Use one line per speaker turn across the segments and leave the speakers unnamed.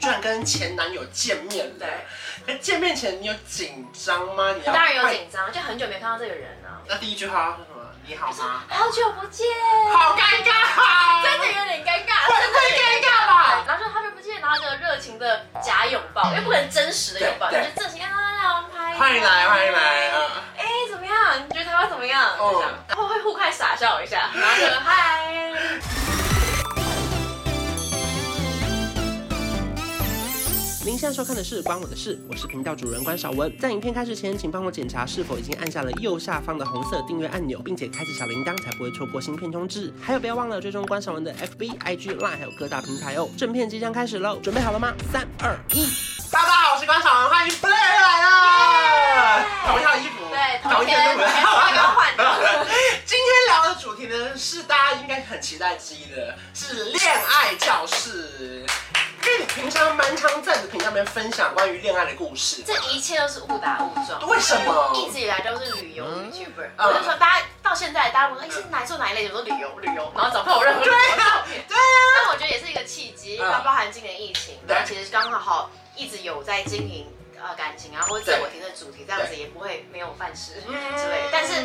居然跟前男友见面了。
对，
可见面前你有紧张吗？你要
当然有
快。
紧张，就很久没看到这个人了，
那第一句话是什么？你好 吗？
好久不见，
好尴尬，
啊真的有点尴尬，
会
真的有点
会尴尬吧？
然后就好久不见，然后就热情的假拥抱，因为不可能真实的拥抱，你
对
就正经啊，拍，
欢迎来，欢迎来。啊！
哎，怎么样？你觉得台湾怎么样？
哦
就这样，然后会互看傻笑一下，然 后就嗨。
您现在收看的是《关我的事》，我是频道主人关少文。在影片开始前，请帮我检查是否已经按下了右下方的红色订阅按钮，并且开启小铃铛，才不会错过新片通知。还有，不要忘了追踪关少文的 FB、IG、Line，还有各大平台哦。正片即将开始喽，准备好了吗？三、二、一，大家好，我是关少文，欢迎 Play 来啦！同一套衣服，
对，
同
同
一
天
件
同
衣服
天，不要换的。
今天聊的主题呢，是大家应该很期待之一的，是恋爱教室。因为你平常蛮常在你的频道里面分享关于恋爱的故事，
这一切都是误打误撞。
为什么
一直以来都是旅游 YouTuber，、
嗯
我就说大家到现在，大家问哎是哪做哪一类，我说旅游旅游，然后找不到任何旅游的照片。
对啊，
但我觉得也是一个契机，
嗯
那包含今年疫情，
对
然后其实刚好一直有在经营呃感情啊，或者自我提升主题，这样子也不会没有饭吃之
嗯
类的。但是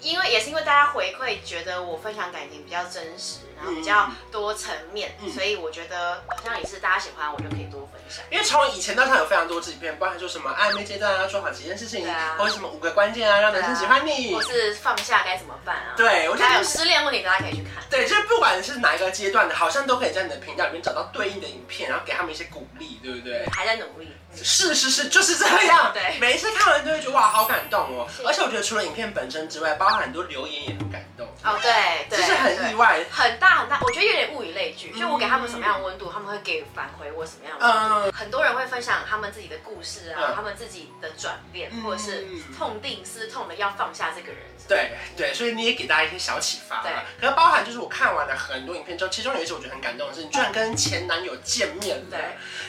因为也是因为大家回馈觉得我分享感情比较真实，然后比较多层面，
嗯
所以我觉得好像也是大家喜欢，我就可以多分享。
因为从以前到现在有非常多支影片，包含说什么暧昧阶段啊，说好几件事情，
对啊
或者什么五个关键啊，让男生喜欢你
或。是放下该怎么办啊？，
对，我觉
大家
得
有失恋问题，大家可以去看。
对，就是不管是哪一个阶段的，好像都可以在你的频道里面找到对应的影片，然后给他们一些鼓励，对不对？
还在努力，
是是是，就是这 样。
对
每一次看完都会觉得哇，好感动哦
是。
而且我觉得除了影片本身之外，包含很多留言也很感动，
哦，对，
就
对，
是很意外。
很大很大，我觉得有点物以类聚，就我给他们什么样的温度，他们会给反馈我什么样的温度。
嗯，
很多人会分享他们自己的故事啊，
嗯
他们自己的转变，
嗯
或者是痛定思痛的要放下这个人。
对对，所以你也给大家一些小启发。
对，
可是包含就是我看完了很多影片之后，其中有一次我觉得很感动的是，你居然跟前男友见面了。
对，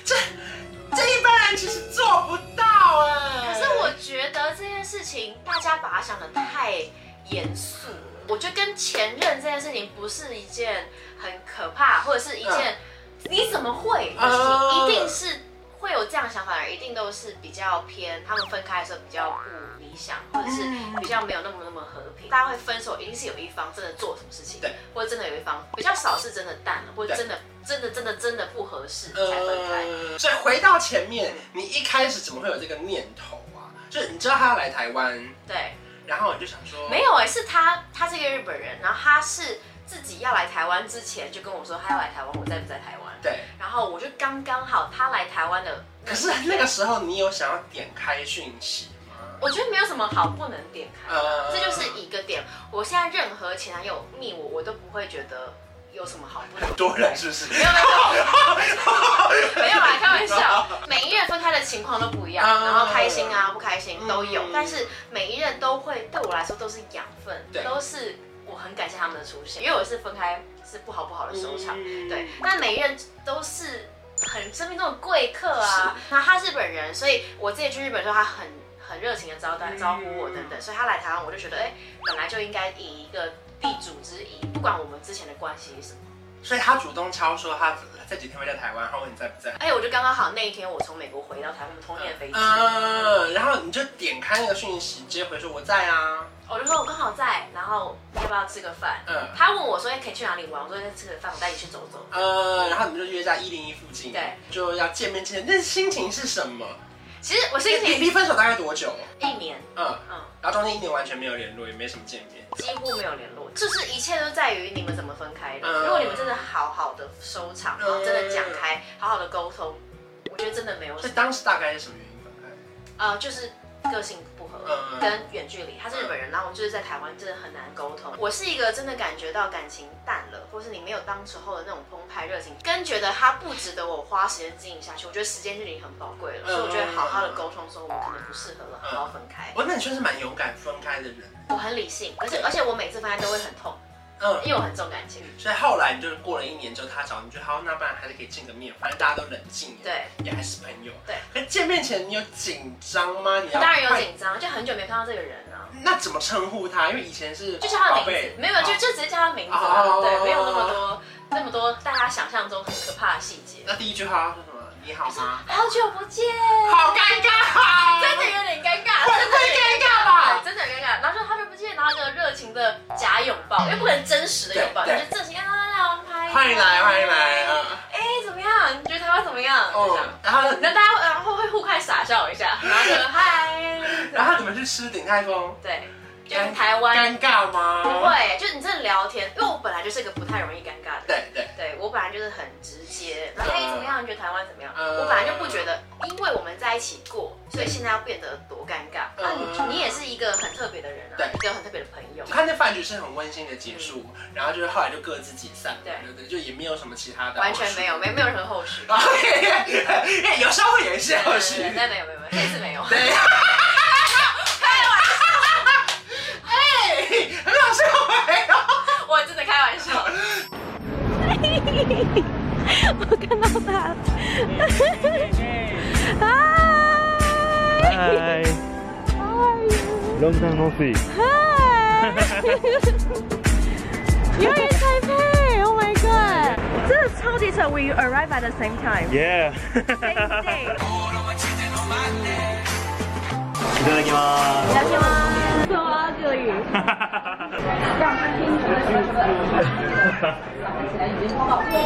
这这一般人其实做不到哎。
可是我觉得这件事情大家把它想的太严肃了，我觉得跟前任这件事情不是一件很可怕，或者是一件你怎么会的事
嗯
情，一定是。会有这样的想法的人，一定都是比较偏他们分开的时候比较不理想，或者是
嗯
比较没有那么那么和平。大家会分手，一定是有一方真的做什么事情，
对，
或者真的有一方比较少是真的淡了，或者
对
真的真的真的真的不合适才分开。嗯
呃，所以回到前面，你一开始怎么会有这个念头啊？就是你知道他要来台湾，
对，
然后你就想说，
没有哎、是他，他是一个日本人，然后他是自己要来台湾之前就跟我说他要来台湾，我在不在台湾？
对。
然后我就刚刚好他来台湾的那
可
一
是
天，
那个时候你有想要点开讯息吗？
我觉得没有什么好不能点开的啊，
呃
这就是一个点。我现在任何前男友密我，我都不会觉得有什么好不能点开
多人是不是？
没有没有，没有啦，开玩笑。每一任分开的情况都不一样，
嗯
然后开心啊、不开心都有
嗯，
但是每一任都会对我来说都是养分
对，
都是我很感谢他们的出现，因为我是分开是不好不好的收场。
嗯
对，但每一任都是很生命中的贵客啊。那他日本人，所以我自己去日本的时候，他很很热情的招待、
嗯
招呼我等等，所以他来台湾，我就觉得，哎、本来就应该以一个地主之谊，不管我们之前的关系是什么。
所以他主动敲说他这几天会在台湾，然后问你在不在。
哎，我就刚刚好那一天我从美国回到台湾，我们同一天的飞机，
嗯，然后你就点开那个讯息，直接回说我在啊。
我就说我刚好在，然后要不要吃个饭？
嗯
他问我说哎可以去哪里玩，我说那吃个饭，我带你去走走。
呃，然后你们就约在一零一附近，
对，
就要见面之前，那心情是什么？
其实我心
离
情
离分手大概多久？
一年，
嗯，
嗯，
然后中间一年完全没有联络，也没什么见面。
几乎没有联络，就是一切都在于你们怎么分开的。
嗯
如果你们真的好好的收场，然后真的讲开，好好的沟通，我觉得真的没有什
所以
么，
当时大概是什么原因分开？
呃，就是个性不合。
嗯嗯
跟远距离，他是日本人，然后我就是在台湾，真的很难沟通。我是一个真的感觉到感情淡了，或是你没有当时候的那种澎湃热情，跟觉得他不值得我花时间经营下去。我觉得时间就已经很宝
嗯
贵了，所以我觉得好好的沟通说我们可能不适合了，好好分开。
哦我那你算是蛮勇敢分开的人。
我很理性，而且而且我每次分开都会很痛，
嗯，
因为我很重感情。
所以后来你就是过了一年之后，他找你，就好，那不然还是可以见个面，反正大家都冷静，，
对，
也还是朋友。
对。
可见面前你有紧张吗？你要
当然有
快
紧张，就很久没看到这个人了。
那怎么称呼他？因为以前是
就叫他
宝
的名
贝
字，没有，就
好
就直接叫他名字
哦
啊，对，没有那么多那么多大家想象中很可怕的细节。
那第一句话是什么？你好吗？
好久不见，
好尴尬，啊
真的有点尴尬，
会
真的
会尴尬吧？
真的很尴尬。然后就好久不见，然后就热情的假拥抱，又不可能真实的拥抱，就
嗯对对
是正经啊，来我们拍，
欢迎来，欢迎来，嗯，
哎，怎么样？你觉得台湾怎么样？
哦，然后
那大家然后会互看傻笑 一下，然后就嗨，
然后你们去吃鼎泰丰，
对，就是台湾
尴尬吗？
不，会，就是你真的聊天，因为我本来就是个不太容易尴尬的人。
对对，
对我本来就是很直接，然后
嗯
哎、怎么样？你觉得台湾怎么样？
嗯
我本来就不觉得，因为我们在一起过，所以现在要变得多尴尬。那、
嗯
你你也是一个很特别的人啊，
对
一个很特别的朋友。
他那饭局是很温馨的结束，然后就是后来就各自解散，
对
嗯对对，就也没有什么其他的，
完全没有，没没有什么后续。
啊， 哎有时候会有一些后续，
但没有没有没有，这次没有。
对， 哎，很好笑哎，
我真的开 玩笑。
Hi. Long time no see.
You're in Taipei! Oh my god! 真的超级扯，We arrive at the same time.
Yeah.
Same day.
いただきま
聊天 吗？说日语。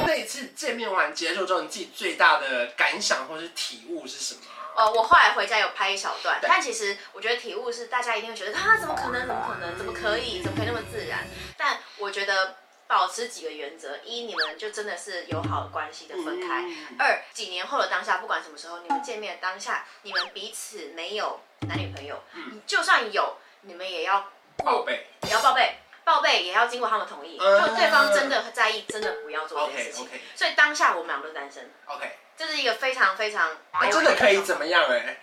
那一次见面完结束之后，你自己最大的感想或是体悟是什么？
哦，我后来回家有拍一小段，
对
但其实我觉得体悟是大家一定会觉得啊，怎么可能？怎么可能？怎么可以？怎么可以那么自然？但我觉得保持几个原则：一，你们就真的是友好的关系的分开；
嗯
二，几年后的当下，不管什么时候你们见面的当下，你们彼此没有男女朋友，
嗯
就算有，你们也要
宝贝
也要报备。报备也要经过他们同意，
嗯
如果对方真的在意，真的不要做这件事情。
OK，OK
所以当下我们两个都单身，
，OK，
这是一个非常非常
那啊真哎的可以怎么样 哎？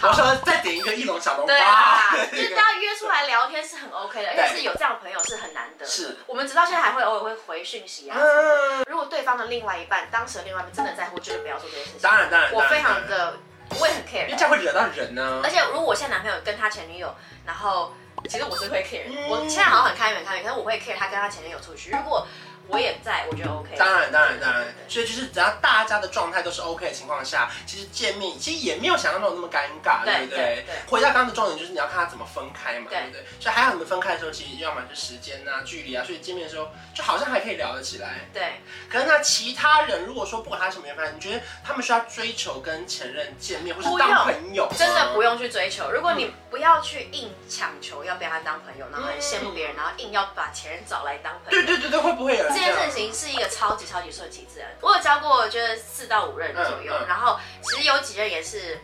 我说再点一个一笼小笼包
对啊，，就
那
是
个
大家约出来聊天是很 OK 的，而且是有这样的朋友是很难得 的。
是
我们直到现在还会偶尔会回讯息啊。
嗯，
如果对方的另外一半，当时的另外一半真的在乎，就是不要做这件事情。
当然当然，
我非
当
常
然，
的，我也很 care
因为
的
这样会惹到人啊呢
而。且如果我现在男朋友跟他前女友，然后其实我是会 care，的
嗯
我现在好像很开明很开明，可是我会 care 他跟他前女友出去。如果我也在，我觉得 OK。
当然，当然，当然。所以就是只要大家的状态都是 OK 的情况下，其实见面其实也没有想象中那么尴尬，
对
对不对
对对？
回到刚刚的重点，就是你要看他怎么分开嘛，
对
对不对？所以还好你们分开的时候，其实要么是时间呐、距离啊，所以见面的时候就好像还可以聊得起来。
对，
可是那其他人如果说不管他什么原因，你觉得他们需要追求跟前任见面，或是
不用
当朋友吗？嗯
真的不用去追求。如果你不要去硬强求要不要他当朋友，然后很羡慕别人，然后硬要把前任找来当朋友。
对。对对对，会不会有人
这
这
件
样
事？情是一个超级超级顺其自然。我有教过，我觉得四到五任左右，
嗯嗯
然后其实有几任也是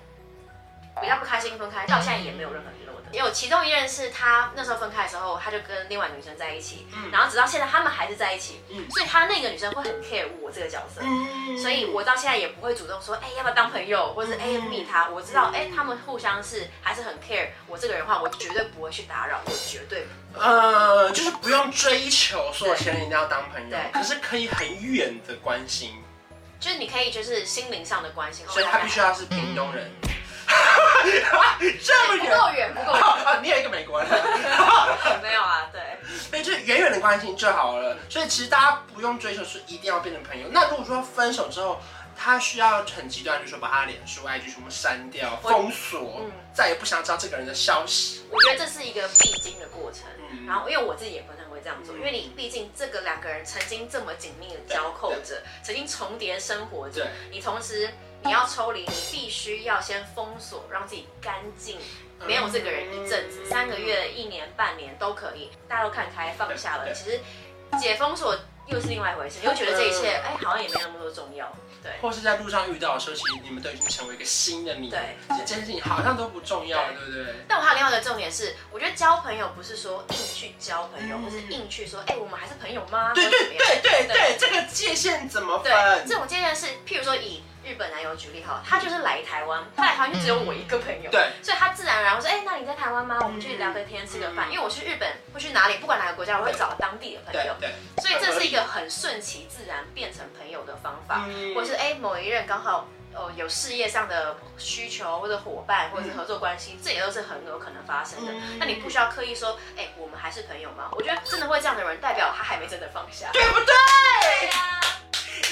比较不开心分开，到现在也没有任何娱乐的。也有其中一任是他那时候分开的时候，他就跟另外女生在一起，
嗯
然后直到现在他们还是在一起，
嗯
所以他那个女生会很 care 我这个角色。
嗯
所以我到现在也不会主动说，哎、要不要当朋友，或者是哎、
嗯
密他。我知道，哎、他们互相是还是很 care 我这个人的话，我绝对不会去打扰，我绝对不
呃，就是不用追求说前任一定要当朋友
对，
可是可以很远的关心。
就是你可以就是心灵上的关心，哦
所以他必须要是屏东人。
嗯
这么
不
远
够远，不够远。
啊！你有一个美国人，
没有啊，对，
对，就是远远的关心就好了。所以其实大家不用追求是一定要变成朋友。那如果说分手之后，他需要很极端，就是说把他脸书、IG 全部删掉、
我
封锁
嗯，
再也不想知道这个人的消息。
我觉得这是一个必经的过程。
嗯
然后，因为我自己也不太会这样做，
嗯
因为你毕竟这个两个人曾经这么紧密的交扣着，曾经重叠生活着
对，
你同时你要抽离，你必须要先封锁，让自己干净，没有这个人一阵子，
嗯
三个月、一年、半年都可以，大家都看开放下了。
对对
其实解封锁又是另外一回事，你会觉得这一切哎好像也没那么多重要，对。
或是在路上遇到的时候，其实你们都已经成为一个新的你。
对，
这件事情好像都不重要，
对
对不对？
但我还有另外一个重点是，我觉得交朋友不是说硬去交朋友，
嗯
或是硬去说，哎、我们还是朋友吗？
对
或者怎
对
么样
对对
对
对，这个界限怎么
对，
分？
这种界限是，譬如说以日本男友举例哈，他就是来台湾，他来台湾就只有我一个朋友，
嗯对，嗯
所以他自然而然会说，哎、那你在台湾吗？我们去聊个天，吃个饭。因为我去日本或去哪里，不管哪个国家，我会找当地的朋
对
友，
对，
所以这是一个很顺其自然变成朋友的方法。
嗯
或是哎、某一任刚好哦有事业上的需求或者伙伴或者是合作关系，这也都是很有可能发生的
嗯。
那、你不需要刻意说，哎、我们还是朋友吗？我觉得真的会这样的人，代表他还没真的放下。
对不对？
对呀、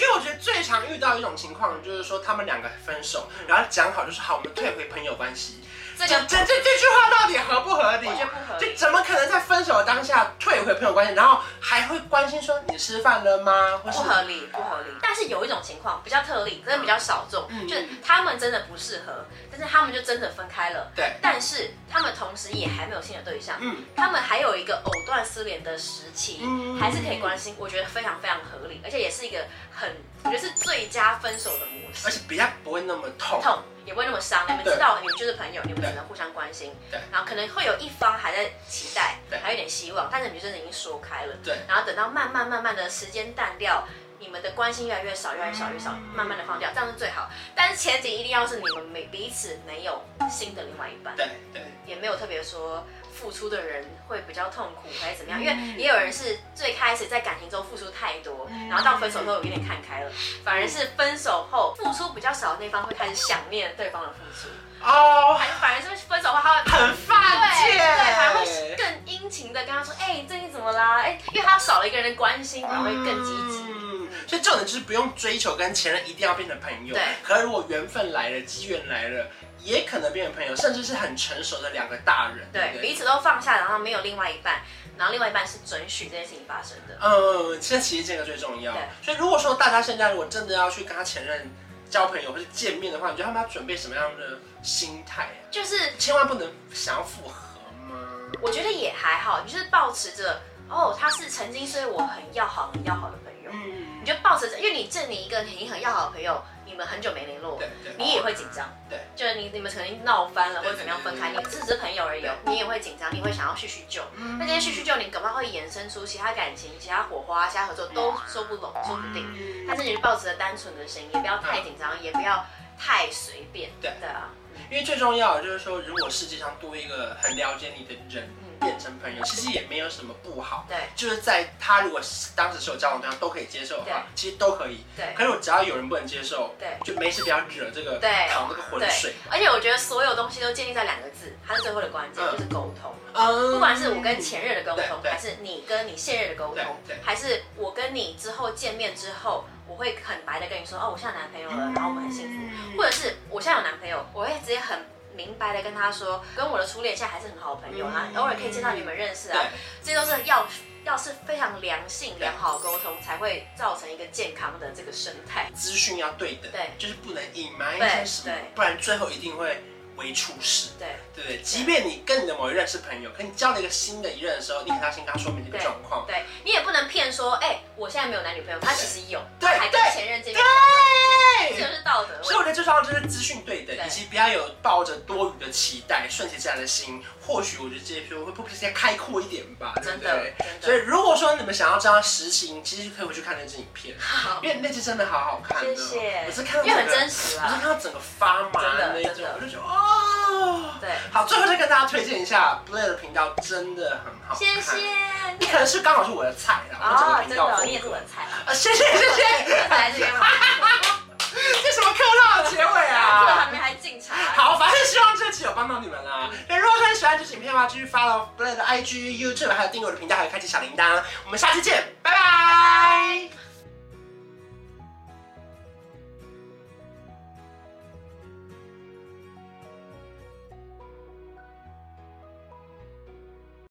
因为我觉得最常遇到一种情况，就是说他们两个分手，
嗯
然后讲好就是好，我们退回朋友关系。
这
这
个
这这这句话到底合不合理？
我觉得不合理
就怎么可能在分手的当下退回朋友关系，然后还会关心说你吃饭了吗？或是
不合理，不合理。但是有一种情况比较特例，真的比较少众，
嗯
就是他们真的不适合，但是他们就真的分开了。
对
但是他们同时也还没有新的对象，
嗯
他们还有一个藕断丝连的时期，
嗯
还是可以关心，我觉得非常非常合理，而且也是一个很，我觉得是最佳分手的模式
而。且比较不会那么痛。
痛也不会那么伤，你们
哎对
知道你们就是朋友，你们只能互相关心
对，
然后可能会有一方还在期待
对，
还有点希望，但是你们就真的已经说开了，
对
然后等到慢慢慢慢的时间淡掉，你们的关心越来越少，越来越少，越来越少，慢慢的放掉，这样是最好，但是前提一定要是你们每彼此没有新的另外一半，
对对，
也没有特别说付出的人会比较痛苦还是怎么样，因为也有人是最开始在感情中付出太多，然后到分手之后有点看开了，反而是分手后付出比较少的那方会开始想念对方的付出，
哦，
反反而是分手后他会
很犯
对
贱。
对，反而会更殷勤的跟他说，哎、最近怎么啦？哎、因为他少了一个人的关心，反而会更积极。
嗯，所以重点就是不用追求跟前任一定要变成朋友。
对
可是如果缘分来了，机缘来了，也可能变成朋友，甚至是很成熟的两个大人。对
对，
不
彼
对。
此都放下，然后没有另外一半，然后另外一半是准许这件事情发生的。
嗯，现在其实这个最重要
对。
所以如果说大家现在如果真的要去跟他前任交朋友或是见面的话，你觉得他们要准备什么样的心态啊？
就是
千万不能想要复合吗？
我觉得也还好，你就是保持着哦，他是曾经是我很要好、很要好的朋友，
嗯
你，就保持着，因为你见你一个你很要好的朋友，你们很久没联络
对，对
你也会紧张，
对，
就是你你们曾经闹翻了或
对
者怎么样
对
分
对嗯
开，你
对
们只是朋友而已哦，你也会紧张，你会想要叙叙旧，那这些叙叙旧，你搞不好会延伸出其他感情、其他火花、其他合作都
嗯
说不拢、说不定，但是你就保持着单纯的心，也不要太紧张，也不要太随便，
对
对啊，
因为最重要的就是说，如果世界上多一个很了解你的人
嗯
变成朋友，其实也没有什么不好。
对
就是在他如果是当时是有交往对象都可以接受的话，其实都可以。
对
可是我只要有人不能接受，
对
就没事不要惹这个
对
淌这个浑
对
水。，
而且我觉得所有东西都建立在两个字，它是最后的关键，
嗯
就是沟通。
嗯，
不管是我跟前任的沟
对
通，
对
还是你跟你现任的沟通
嗯对对，
还是我跟你之后见面之后，我会很白的跟你说，哦，我现在有男朋友了，然后我们很幸福，
嗯
或者是我现在有男朋友，我会直接很明白的跟他说，跟我的初恋现在还是很好的朋友
嗯
啊，偶尔可以见到你们认识啊，这都是要要是非常良性良好的沟通，才会造成一个健康的这个生态。
资讯要对等，
对
就是不能隐瞒一些什么
对对，
不然最后一定会为出事。
对。
对不对？即便你跟你的某一任是朋友，可你交了一个新的一任的时候，你可能要先跟他说明这个
对
状况。
对你也不能骗说，哎、我现在没有男女朋友，他其实有，
对
他还跟
对
前任见面，这
对
就，是道德问
所以
题。
我觉得最重要就是资讯对等，
对
以及不要有抱着多余的期待，顺其自然的心。或许我觉得这些就会不比较开阔一点吧，对不
真的
对？
真的
所以如果说你们想要知道实情，其实可以回去看那支影片，因为那支真的好好看的，
哦谢谢
我是看到
因为
整
很
个
真实啊
我是看到整个发麻那一
真
种
的真的，
我就觉得哦。
对，
好，最后再跟大家推荐一下 Blay 的频道，真的很好看。
谢谢
你可能是刚好是我的菜啦，我整
哦
个，频
真
道
的，
风
你也
格
是我的菜，
啊，谢谢谢谢。
来这边吧。
这什么客套的结尾
这
啊
旁？边还敬茶。，
好，反正希望这期有帮到你们啦。那如果说你喜欢这期影片的话，继续 follow Blay 的 IG、YouTube，还有订阅我的频道，还有开启小铃铛。我们下期见，拜拜